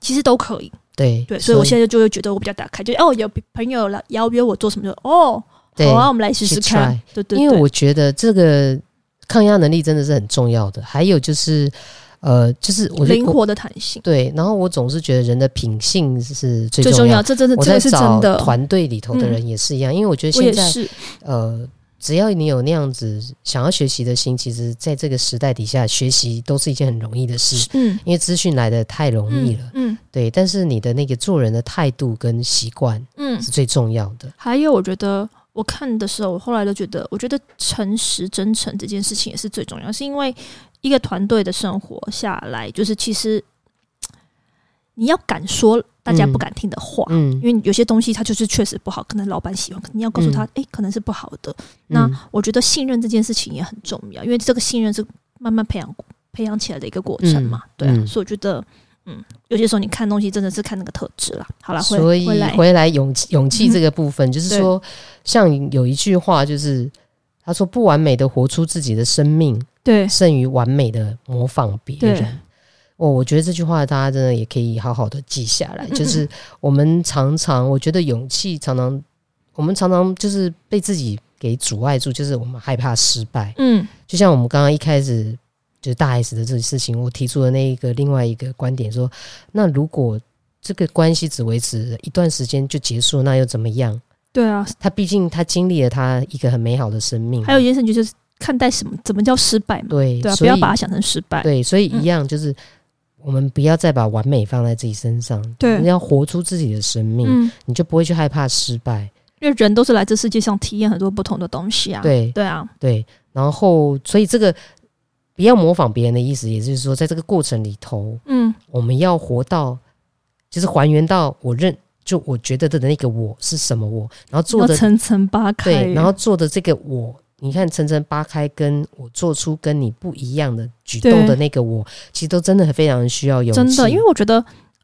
S2: 其实都可以。
S1: 对
S2: 对，所以我现在就会觉得我比较打开，就哦，有朋友来邀约我做什么，就哦，
S1: 对
S2: 好啊，我们来试试
S1: 去
S2: 看
S1: try。
S2: 对对对，
S1: 因为我觉得这个抗压能力真的是很重要的。还有就是，呃，就是我觉得
S2: 灵活的弹性。
S1: 对，然后我总是觉得人的品性是最
S2: 最
S1: 重
S2: 重
S1: 要
S2: 要，。这真的
S1: 啊我
S2: 这
S1: 在
S2: 个是真
S1: 找
S2: 的。嗯
S1: 团队里头的人也是一样，因为我觉得
S2: 我也
S1: 现在
S2: 是，
S1: 呃，只要你有那样子想要学习的心，其实在这个时代底下，学习都是一件很容易的事，
S2: 嗯，
S1: 因为资讯来的太容易了。
S2: 嗯
S1: 对，但是你的那个做人的态度跟习惯
S2: 嗯
S1: 是，最重要的。
S2: 还有我觉得我看的时候，我后来都觉得，我觉得诚实真诚这件事情也是最重要，是因为一个团队的生活下来，就是其实你要敢说大家不敢听的话。
S1: 嗯，
S2: 因为有些东西它就是确实不好，可能老板喜欢，可能你要告诉他，诶，可能是不好的。那
S1: 嗯
S2: 我觉得信任这件事情也很重要，因为这个信任是慢慢培养培养起来的一个过程嘛，
S1: 嗯
S2: 对啊，
S1: 嗯
S2: 所以我觉得，嗯，有些时候你看东西真的是看那个特质啦。好啦，回
S1: 所以
S2: 回来，嗯
S1: 回来勇气勇气这个部分，就是说，像有一句话就是。他说：“不完美的活出自己的生命，
S2: 对
S1: 胜于完美的模仿别
S2: 对
S1: 人。”哦，我觉得这句话大家真的也可以好好的记下来。
S2: 嗯嗯
S1: 就是我们常常，我觉得勇气常常，我们常常就是被自己给阻碍住，就是我们害怕失败。
S2: 嗯
S1: 就像我们刚刚一开始就是大 S 的这个事情，我提出的那一个另外一个观点说，那如果这个关系只维持一段时间就结束，那又怎么样？
S2: 对啊，
S1: 他毕竟他经历了他一个很美好的生命，
S2: 还有一件事情就是看待什么怎么叫失败嘛，
S1: 对，
S2: 对啊，不
S1: 所以
S2: 要把它嗯想成失败，
S1: 对，所以一样就是、我们不要再把完美放在自己身上，
S2: 对
S1: 你要活出自己的生命，
S2: 嗯，
S1: 你就不会去害怕失败，
S2: 因为人都是来自世界上体验很多不同的东西啊，
S1: 对
S2: 对啊，
S1: 对，然后所以这个。不要模仿别人的意思，也就是说，在这个过程里头，
S2: 嗯
S1: 我们要活到，就是还原到我认，就我觉得的那个我是什么我，然后做
S2: 要
S1: 的
S2: 层层扒开，
S1: 对，然后做的这个我，你看层层扒开，跟我做出跟你不一样的举动
S2: 对
S1: 的那个我，其实都真的非常需要勇气，
S2: 真的，因为我觉得，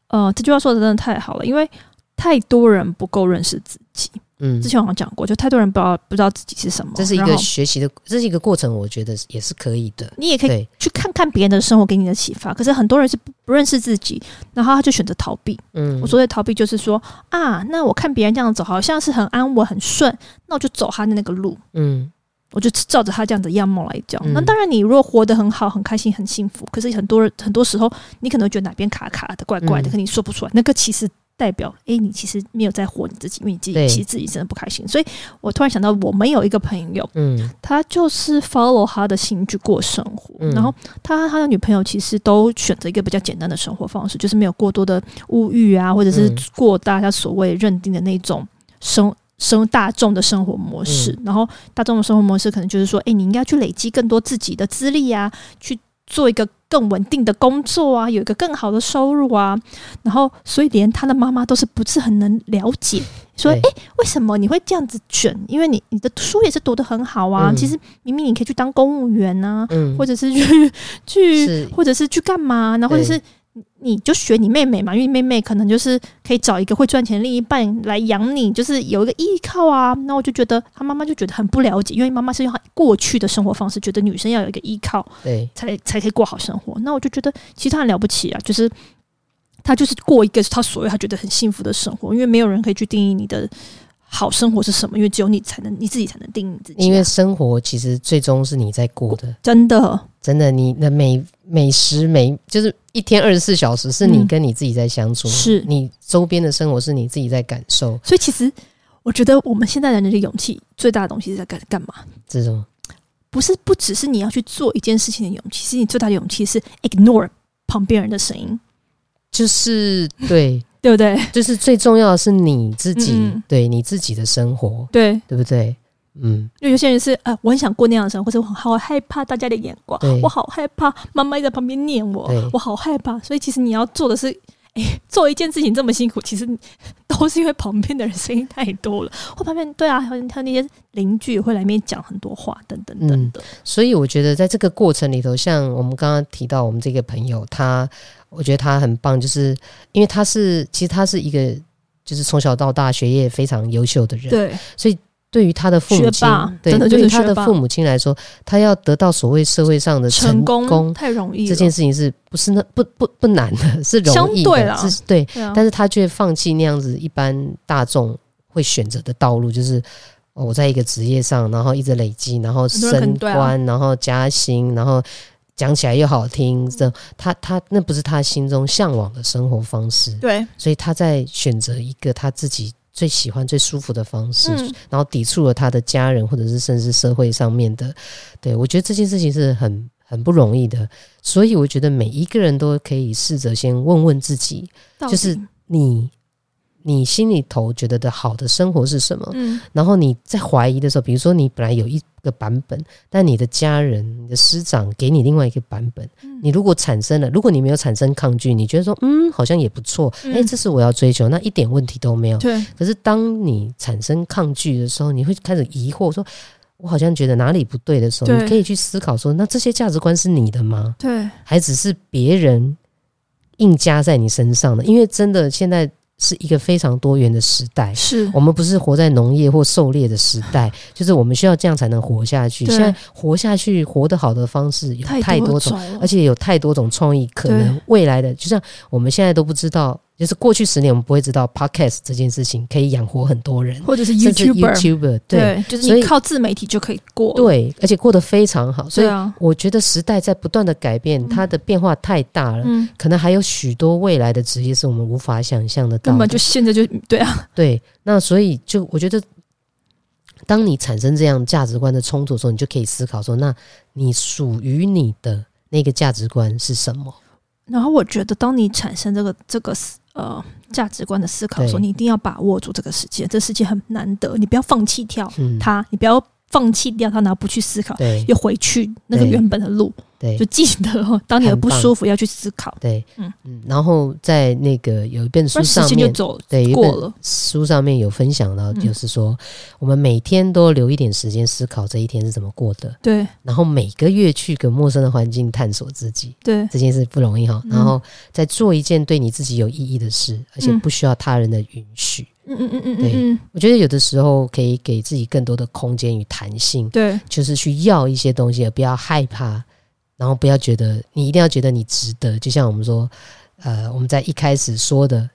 S2: 呃，这句话说的真的太好了，因为太多人不够认识自己。
S1: 嗯
S2: 之。前好像讲过，就太多人不知道不知道自己是什么，
S1: 这是一
S2: 然
S1: 个
S2: 后
S1: 学习的，这是一个过程，我觉得也是可以的。
S2: 你也可以
S1: 对，
S2: 去看看别人的生活给你的启发。可是很多人是不不认识自己，然后他就选择逃避。
S1: 嗯，
S2: 我所谓的逃避就是说啊，那我看别人这样走，好像是很安稳、很顺，那我就走他的那个路。
S1: 嗯，
S2: 我就照着他这样的样貌来讲。
S1: 嗯
S2: 那当然，你如果活得很好、很开心、很幸福，可是很多人很多时候，你可能会觉得哪边卡卡的、怪怪的，
S1: 嗯
S2: 可你说不出来。那个其实代表，诶，你其实没有在活你自己，因为你自己
S1: 对
S2: 其实自己真的不开心。所以我突然想到，我们有一个朋友，
S1: 嗯
S2: 他就是 follow 他的兴趣过生活，
S1: 嗯
S2: 然后他他的女朋友其实都选择一个比较简单的生活方式，就是没有过多的物欲啊，或者是
S1: 嗯
S2: 过大家所谓认定的那种生。生大众的生活模式，
S1: 嗯
S2: 然后大众的生活模式可能就是说，哎、你应该去累积更多自己的资历啊，去做一个更稳定的工作啊，有一个更好的收入啊，然后所以连他的妈妈都是不是很能了解，说，哎、
S1: 对
S2: 为什么你会这样子卷？因为你你的书也是读得很好啊，
S1: 嗯
S2: 其实明明你可以去当公务员啊，
S1: 嗯，
S2: 或者是去 去，
S1: 是
S2: 或者是去干嘛啊呢？或者
S1: 对
S2: 是你你就学你妹妹嘛，因为妹妹可能就是可以找一个会赚钱的另一半来养你，就是有一个依靠啊。那我就觉得她妈妈就觉得很不了解，因为妈妈是用她过去的生活方式，觉得女生要有一个依靠
S1: 对，
S2: 才才可以过好生活。那我就觉得其实她很了不起啊，就是。她就是过一个她所谓她觉得很幸福的生活，因为没有人可以去定义你的好生活是什么，因为只有你才能你自己才能定义你自己啊、
S1: 因为生活其实最终是你在过的，
S2: 真的，
S1: 真的，你的每每时每就是一天二十四小时，是你
S2: 嗯
S1: 跟你自己在相处，
S2: 是
S1: 你周边的生活是你自己在感受，
S2: 所以其实我觉得我们现代人的勇气最大的东西是在干干嘛？
S1: 这种
S2: 不是不只是你要去做一件事情的勇气，是你最大的勇气是 ignore 旁边人的声音，
S1: 就是对，
S2: 对不对？
S1: 就是最重要的是你自己，
S2: 嗯嗯
S1: 对你自己的生活，
S2: 对，
S1: 对不对？嗯，
S2: 因为有些人是呃，我很想过那样的生活，或者我很好害怕大家的眼光
S1: 对，
S2: 我好害怕妈妈一直在旁边念我
S1: 对，
S2: 我好害怕。所以其实你要做的是，哎、做一件事情这么辛苦，其实你都是因为旁边的人声音太多了，或旁边对啊，还有还有那些邻居也会来那边讲很多话，等等等等。
S1: 所以我觉得在这个过程里头，像我们刚刚提到我们这个朋友，他我觉得他很棒，就是因为他是其实他是一个就是从小到大学业非常优秀的人，
S2: 对，
S1: 对于他的父母亲
S2: 学霸，
S1: 对，
S2: 真的就
S1: 对
S2: 是
S1: 于他
S2: 学
S1: 的
S2: 霸
S1: 父母亲来说，他要得到所谓社会上的
S2: 成
S1: 功，
S2: 太容易了，
S1: 这件事情是不是那不不不难的，是容易
S2: 相对
S1: 的，
S2: 啦
S1: 是对。
S2: 对啊，
S1: 但是他却放弃那样子一般大众会选择的道路，就是哦我在一个职业上，然后一直累积，然后
S2: 很多人可
S1: 升
S2: 能对啊
S1: 官，然后加薪，然后讲起来又好听，这他他那不是他心中向往的生活方式，
S2: 对，
S1: 所以他在选择一个他自己最喜欢、最舒服的方式，
S2: 嗯，
S1: 然后抵触了他的家人或者是甚至社会上面的，对我觉得这件事情是很很不容易的，所以我觉得每一个人都可以试着先问问自己，
S2: 到
S1: 就是
S2: 底
S1: 你你心里头觉得的好的生活是什么？
S2: 嗯，
S1: 然后你在怀疑的时候，比如说你本来有一个版本，但你的家人、你的师长给你另外一个版本，
S2: 嗯
S1: 你如果产生了，如果你没有产生抗拒，你觉得说嗯好像也不错，哎、
S2: 嗯
S1: 这是我要追求，那一点问题都没有。
S2: 对，
S1: 可是当你产生抗拒的时候，你会开始疑惑说。我好像觉得哪里不对的时候，
S2: 对
S1: 你可以去思考说，那这些价值观是你的吗？
S2: 对，
S1: 还只是别人硬加在你身上的？因为真的现在是一个非常多元的时代，
S2: 是
S1: 我们不是活在农业或狩猎的时代，就是我们需要这样才能活下去。
S2: 对
S1: 现在活下去、活得好的方式有太多种，
S2: 种了，
S1: 而且有太多种创意可能。未来的，就像我们现在都不知道，就是过去十年我们不会知道 podcast 这件事情可以养活很多人，
S2: 或者是
S1: 甚至
S2: YouTuber，
S1: YouTuber 对
S2: 对，就是
S1: 所以
S2: 你靠自媒体就可以过，
S1: 对，而且过得非常好。所以
S2: 对啊，
S1: 我觉得时代在不断的改变，
S2: 嗯
S1: 它的变化太大了。
S2: 嗯，
S1: 可能还有许多未来的职业是我们无法想象得到
S2: 根
S1: 的。
S2: 本就现在就对啊，
S1: 对，那所以就我觉得，当你产生这样价值观的冲突的时候，你就可以思考说，那你属于你的那个价值观是什么？
S2: 然后我觉得，当你产生这个这个思呃价值观的思考的时候，
S1: 对
S2: 你一定要把握住这个时间，这时间很难得，你不要放弃掉
S1: 嗯，
S2: 它，你不要放弃掉它，然后不去思考，
S1: 对
S2: 又回去那个
S1: 对
S2: 原本的路。
S1: 对
S2: 就记得哦，当你的
S1: 很
S2: 不
S1: 棒
S2: 舒服要去思考，
S1: 对，嗯
S2: 嗯
S1: 然后在那个有一本
S2: 不
S1: 书
S2: 然时
S1: 上
S2: 间就
S1: 面，
S2: 走
S1: 对，有一
S2: 过
S1: 本
S2: 了。
S1: 书上面有分享到，
S2: 嗯
S1: 就是说、我们每天都留一点时间思考这一天是怎么过的，
S2: 对
S1: 然后每个月去个陌生的环境探索自己。
S2: 对
S1: 这件事不容易哈，
S2: 嗯
S1: 然后再做一件对你自己有意义的事，而且
S2: 嗯
S1: 不需要他人的允许。
S2: 嗯嗯嗯嗯
S1: 对
S2: 嗯嗯，
S1: 我觉得有的时候可以给自己更多的空间与弹性，
S2: 对
S1: 就是去要一些东西，而不要害怕，然后不要觉得你一定要觉得你值得。就像我们说，呃，我们在一开始说的，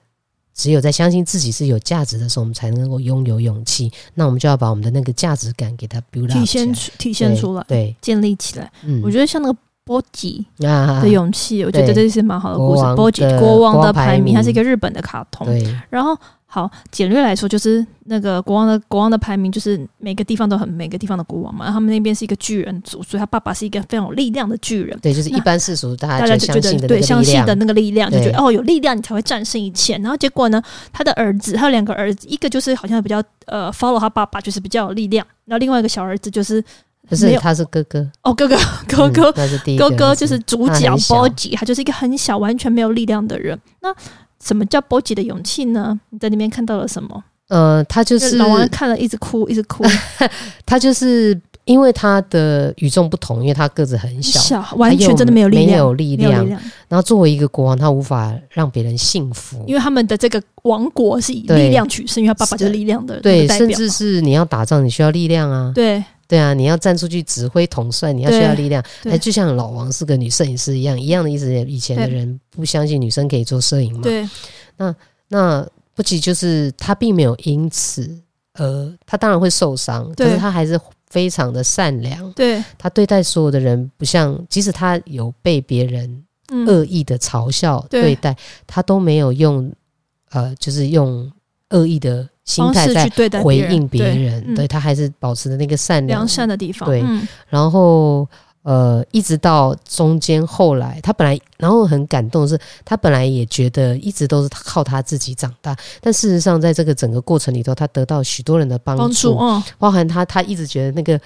S1: 只有在相信自己是有价值的时候，我们才能够拥有勇气。那我们就要把我们的那个价值感给它 build up
S2: 体
S1: 起
S2: 现
S1: 来，
S2: 出体现出来，
S1: 对，
S2: 建立起来。
S1: 对嗯，
S2: 我觉得像那个波吉
S1: 得啊
S2: 的，勇气，我觉
S1: 对
S2: 得这是蛮好的
S1: 国
S2: 故
S1: 王
S2: 事。波吉
S1: 的
S2: 国王
S1: 国
S2: 的
S1: 王排
S2: 排
S1: 名
S2: 名，它是一个日本的卡通。
S1: 对，
S2: 然后好，简略来说就是那个国王的国王的排名，就是每个地方都很每个地方的国王嘛。然后他们那边是一个巨人族，所以他爸爸是一个非常有力量的巨人。
S1: 对，就是一
S2: 那
S1: 般世俗大
S2: 大
S1: 家
S2: 家
S1: 就相
S2: 就觉
S1: 信
S2: 得
S1: 的
S2: 对
S1: 那个
S2: 相
S1: 力
S2: 信的
S1: 量，
S2: 那个力量，就
S1: 对
S2: 觉得哦有力量你才会战胜一切。然后结果呢，他的儿子，他有两个儿子，一个就是好像比较呃 follow 他爸爸，就是比较有力量，然后另外一个小儿子就是
S1: 不
S2: 没
S1: 是
S2: 有
S1: 他是哥哥，
S2: 哦哥哥 哥
S1: 嗯
S2: 哥、
S1: 那是第一个
S2: 哥
S1: 儿子，
S2: 哥就是主
S1: 他
S2: 角
S1: 很小
S2: Boji，他就是一个很小完全没有力量的人。那什么叫 Boji 的勇气呢？你在那边看到了什么？
S1: 呃，他就是哎
S2: 老王看了一直哭，一直哭，
S1: 他就是因为他的与众不同，因为他个子很小，
S2: 小
S1: 他
S2: 完
S1: 又
S2: 全真的没有力
S1: 没
S2: 量
S1: 有，力
S2: 没有
S1: 量
S2: 力。量，
S1: 然后作为一个国王，他无法让别人信服
S2: 因。为他们的这个王国是以
S1: 对
S2: 力量取胜，因为他爸爸就是力量的
S1: 对，
S2: 的代表
S1: 甚
S2: 嘛
S1: 至是你要打仗，你需要力量啊！
S2: 对
S1: 对啊，你要站出去指挥统帅，你要需
S2: 对
S1: 要力量。
S2: 对
S1: 哎，就像老王是个女摄影师一样，一样的意思。以前的
S2: 对
S1: 人不相信女生可以做摄影嘛？
S2: 对
S1: 那不仅就是他并没有因此呃，他当然会受伤，
S2: 对
S1: 可是他还是非常的善良。
S2: 对，
S1: 他对待所有的人，不像即使他有被别人
S2: 嗯，
S1: 恶意的嘲笑
S2: 对
S1: 对待，他都没有用呃，就是用恶意的心
S2: 方
S1: 态
S2: 式
S1: 在
S2: 去对待
S1: 回
S2: 人
S1: 应别
S2: 对
S1: 人，
S2: 嗯
S1: 对他还是保持着那个善良
S2: 良善的地方，
S1: 对
S2: 嗯
S1: 然后呃，一直到中间后来，他本来然后很感动的是，他本来也觉得一直都是靠他自己长大，但事实上在这个整个过程里头，他得到许多人的帮助，
S2: 帮助，嗯，
S1: 包含他他一直觉得那个。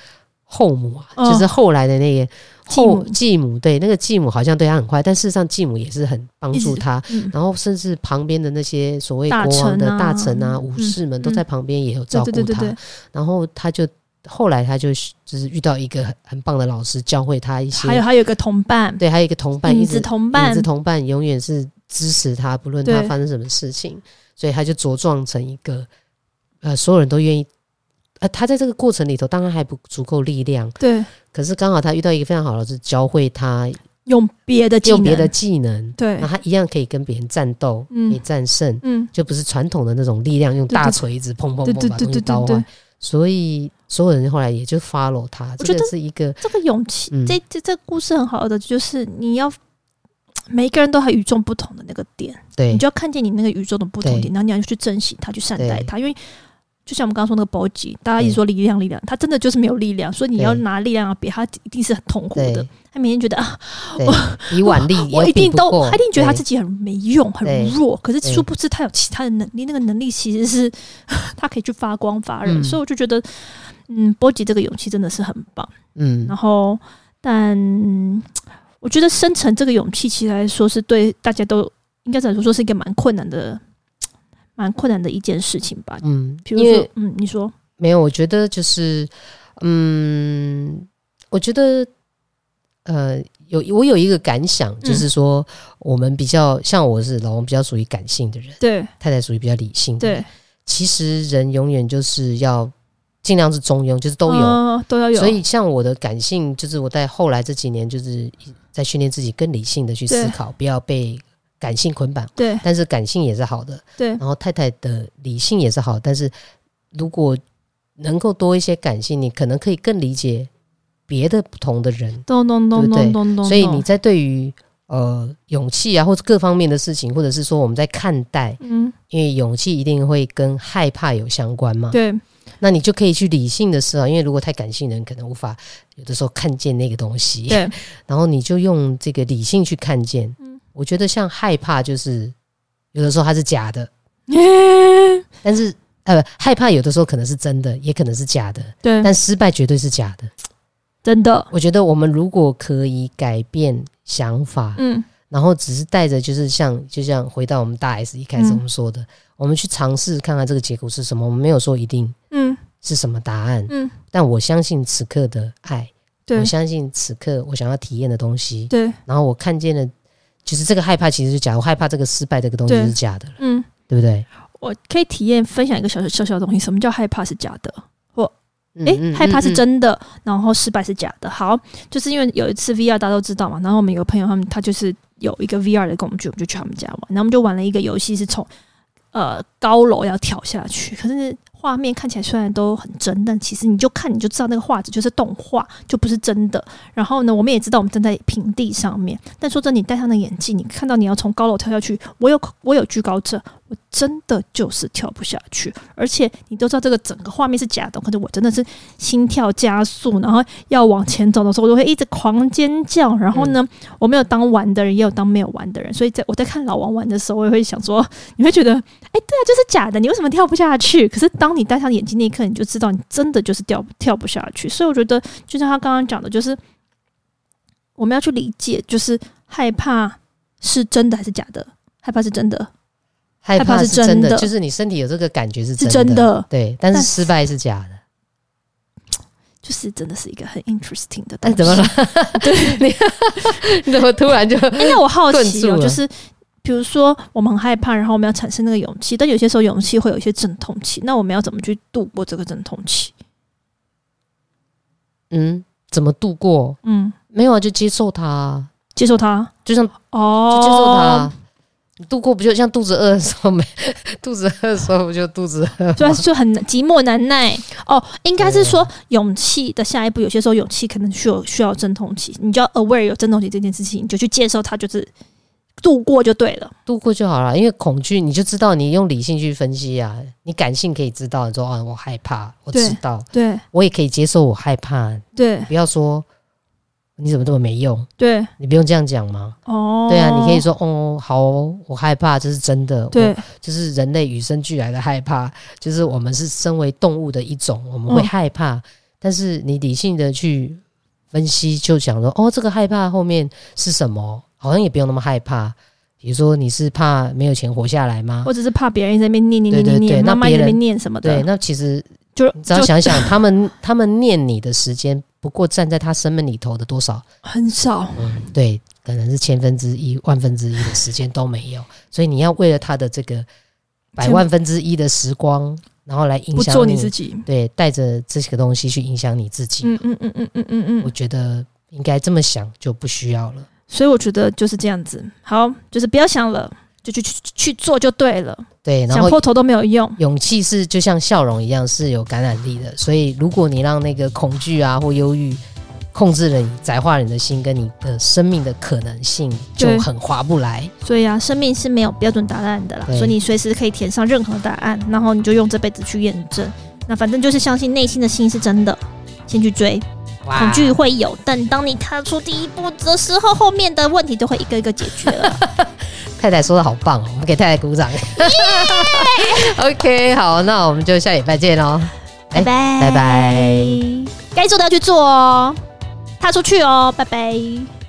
S1: 后母啊，
S2: 嗯
S1: 就是后来的那个
S2: 继
S1: 后
S2: 母
S1: 继母，对那个继母好像对他很坏，但事实上继母也是很帮
S2: 一直
S1: 助他，
S2: 嗯
S1: 然后甚至旁边的那些所谓
S2: 大
S1: 国王的
S2: 臣啊
S1: 大臣啊、
S2: 嗯
S1: 武士们都
S2: 嗯
S1: 在旁边也有
S2: 对
S1: 照顾
S2: 对对
S1: 他
S2: 对，对，
S1: 然后他就后来他就就是遇到一个很很棒的老师，教会他一
S2: 还有
S1: 些，
S2: 还有一个同伴，
S1: 对，还有一个同伴，
S2: 影
S1: 一
S2: 子
S1: 直
S2: 同伴
S1: 影子，同伴永远是支持他，不论他
S2: 对
S1: 发生什么事情，所以他就茁壮成一个，呃，所有人都愿意。呃，他在这个过程里头，当然还不足够力量，
S2: 对，
S1: 可是刚好他遇到一个非常好的老师，教会他
S2: 用别的技
S1: 用
S2: 能，
S1: 别的技能，
S2: 对
S1: 然，后他一样可以跟别人战斗，
S2: 嗯
S1: 可以战胜，
S2: 嗯，
S1: 就不是传统的那种力量，用
S2: 对对
S1: 大锤子砰砰
S2: 对
S1: 砰
S2: 对
S1: 把
S2: 对
S1: 东西
S2: 对
S1: 刀
S2: 对
S1: 坏
S2: 对。，
S1: 所以所有人后来也就 follow 他，
S2: 我
S1: 这
S2: 觉得
S1: 个是一个
S2: 这个勇气，
S1: 嗯
S2: 这这这故事很好的，就是你要每一个人都还与众不同的那个点，
S1: 对
S2: 你就要看见你那个宇宙的不同点，然后你要去珍惜它，去善待
S1: 对
S2: 它，因为。就像我们刚刚说那个波吉，大家一直说力量，力量，他真的就是没有力量，所以你
S1: 对
S2: 要拿力量啊，比他一定是很痛苦的
S1: 对。
S2: 他每天觉得啊，
S1: 对，以腕力
S2: 我
S1: 也
S2: 一
S1: 比
S2: 定
S1: 不
S2: 都，
S1: 过
S2: 他一定觉得他自
S1: 对
S2: 己很没用、很
S1: 对
S2: 弱。可是
S1: 对
S2: 殊不知他有其他的能力，那个能力其实是 他可以去发光发热。
S1: 嗯
S2: 所以我就觉得，嗯，波吉这个勇气真的是很棒。
S1: 嗯
S2: 然后，但嗯我觉得生成这个勇气，其实来说是对大家都应该怎么说，是一个蛮困难的、蛮困难的一件事情吧。
S1: 嗯，
S2: 比如
S1: 因
S2: 说
S1: 为，
S2: 嗯，你说，
S1: 没有，我觉得就是嗯，我觉得呃，有我有一个感想，就是说
S2: 嗯
S1: 我们比较像我是老王比较属于感性的人，
S2: 对
S1: 太太属于比较理性的人。
S2: 对，
S1: 其实人永远就是要尽量是中庸，就是都有。
S2: 嗯都要有，
S1: 所以，像我的感性，就是我在后来这几年，就是在训练自己更理性的去思考，不要被感性捆绑。
S2: 对
S1: 但是感性也是好的，
S2: 对
S1: 然后太太的理性也是好，但是如果能够多一些感性，你可能可以更理解别的不同的人。
S2: 咚咚
S1: 对
S2: 咚
S1: 不对
S2: 咚咚咚，
S1: 所以你在对于呃勇气啊，或者各方面的事情，或者是说我们在看待，
S2: 嗯，
S1: 因为勇气一定会跟害怕有相关嘛。
S2: 对
S1: 那你就可以去理性的思考，因为如果太感性的人可能无法有的时候看见那个东西，
S2: 对，
S1: 然后你就用这个理性去看见。
S2: 嗯
S1: 我觉得像害怕就是有的时候它是假的，但是呃害怕有的时候可能是真的，也可能是假的，
S2: 对，
S1: 但失败绝对是假的。
S2: 真的，
S1: 我觉得我们如果可以改变想法，
S2: 嗯，
S1: 然后只是带着就是像就像回到我们大 S 一开始
S2: 嗯
S1: 我们说的，我们去尝试看看这个结果是什么，我们没有说一定
S2: 嗯
S1: 是什么答案，
S2: 嗯，
S1: 但我相信此刻的爱。
S2: 对
S1: 我相信此刻我想要体验的东西，
S2: 对，
S1: 然后我看见了，就是这个害怕其实是假的，我害怕这个失败这个东西
S2: 对
S1: 是假的了，
S2: 嗯，
S1: 对不对？
S2: 我可以体验分享一个小小小小的东西，什么叫害怕是假的？
S1: 嗯
S2: 诶，
S1: 嗯
S2: 害怕是
S1: 嗯
S2: 真的，然后失败是假的。好，就是因为有一次 VR 大家都知道嘛，然后我们有个朋友他们他就是有一个 VR 的工具，我们就去他们家玩，然后我们就玩了一个游戏，是从呃高楼要跳下去，可是画面看起来虽然都很真，但其实你就看你就知道那个画质就是动画，就不是真的。然后呢，我们也知道我们站在平地上面，但说真的，你戴上那眼镜，你看到你要从高楼跳下去，我有我有惧高症，我真的就是跳不下去，而且你都知道这个整个画面是假的，可是我真的是心跳加速，然后要往前走的时候，我就会一直狂尖叫。然后呢，
S1: 嗯
S2: 我没有当玩的人，也有当没有玩的人，所以在我在看老王玩的时候，我也会想说，你会觉得，哎、对啊，就是假的，你为什么跳不下去？可是当你戴上眼镜那一刻，你就知道你真的就是跳跳不下去。所以我觉得，就像他刚刚讲的，就是我们要去理解，就是害怕是真的还是假的，害怕是真的
S1: 害
S2: 怕
S1: 怕
S2: 是
S1: 是真
S2: 真的
S1: 的，就是你身体有这个感觉是
S2: 是
S1: 真
S2: 真的。
S1: 对，但是
S2: 但
S1: 失败是假 的。
S2: 就是真的是一个很 interesting 的
S1: 哎，
S2: 东西。
S1: 怎么了？ 你你怎么突然就
S2: 哎、那我好奇
S1: 顿
S2: 哦，
S1: 住了
S2: 就是比如说我们很害怕，然后我们要产生那个勇气，但有些时候勇气会有一些阵痛期，那我们要怎么去度过这个阵痛期？
S1: 嗯？怎么度过？
S2: 嗯，
S1: 没有啊，就接受它啊，
S2: 接受它
S1: 就像
S2: 哦
S1: 就，接受它啊。度过不就像肚子饿的时候没？ 肚子饿的时候不就肚子饿？
S2: 就就很寂寞难耐哦，应该是
S1: 啊
S2: 说勇气的下一步，有些时候勇气可能需要需要阵痛期，你就要 aware 有阵痛期这件事情，你就去接受它，就是度过就对了。
S1: 度过就好了，因为恐惧你就知道，你用理性去分析啊，你感性可以知道，你说啊，我害怕，我
S2: 对
S1: 知道，
S2: 对
S1: 我也可以接受我害怕，
S2: 对
S1: 不要说你怎么这么没用，
S2: 对，
S1: 你不用这样讲吗？
S2: 哦，
S1: 对啊，你可以说啊哦，好哦我害怕，这是真的，
S2: 对
S1: 我，就是人类与生俱来的害怕，就是我们是身为动物的一种，我们会
S2: 嗯
S1: 害怕，但是你理性的去分析，就想说，哦，这个害怕后面是什么？好像也不用那么害怕。比如说，你是怕没有钱活下来吗？
S2: 我只是怕别人在那边念念
S1: 对
S2: 念
S1: 对
S2: 念
S1: 对
S2: 念，
S1: 那
S2: 妈妈
S1: 别
S2: 在那边
S1: 人
S2: 念什么
S1: 对，
S2: 的，
S1: 那其实
S2: 就
S1: 你只要
S2: 就
S1: 想想，他们他们念你的时间，不过站在他生命里头的多少，
S2: 很少。
S1: 嗯，对，可能是千分之一、万分之一的时间都没有，所以你要为了他的这个百万分之一的时光，然后来影
S2: 不
S1: 响
S2: 做
S1: 你
S2: 你自己。
S1: 对，带着这些个东西去影响你自己，
S2: 嗯嗯嗯嗯嗯嗯
S1: 我
S2: 嗯。
S1: 觉得应该这么想就不需要了。
S2: 所以我觉得就是这样子，好，就是不要想了，就去去去做就对了，
S1: 对，然
S2: 想
S1: 后
S2: 破头都没有用。
S1: 勇气是就像笑容一样是有感染力的，所以如果你让那个恐惧啊或忧郁控制了你，窄化了你的心跟你的生命的可能性，就
S2: 对
S1: 很划不来。
S2: 所以啊，生命是没有标准答案的啦，
S1: 对
S2: 所以你随时可以填上任何答案，然后你就用这辈子去验证。那反正就是相信内心的心是真的，先去追，
S1: 哇
S2: 恐惧会有，但当你踏出第一步的时候，后面的问题都会一个一个解决了。
S1: 太太说的好棒哦，我们给太太鼓掌。OK，好，那我们就下礼拜见喽。 哎
S2: 拜拜
S1: 拜拜，
S2: 该做的要去做哦，踏出去哦，拜拜。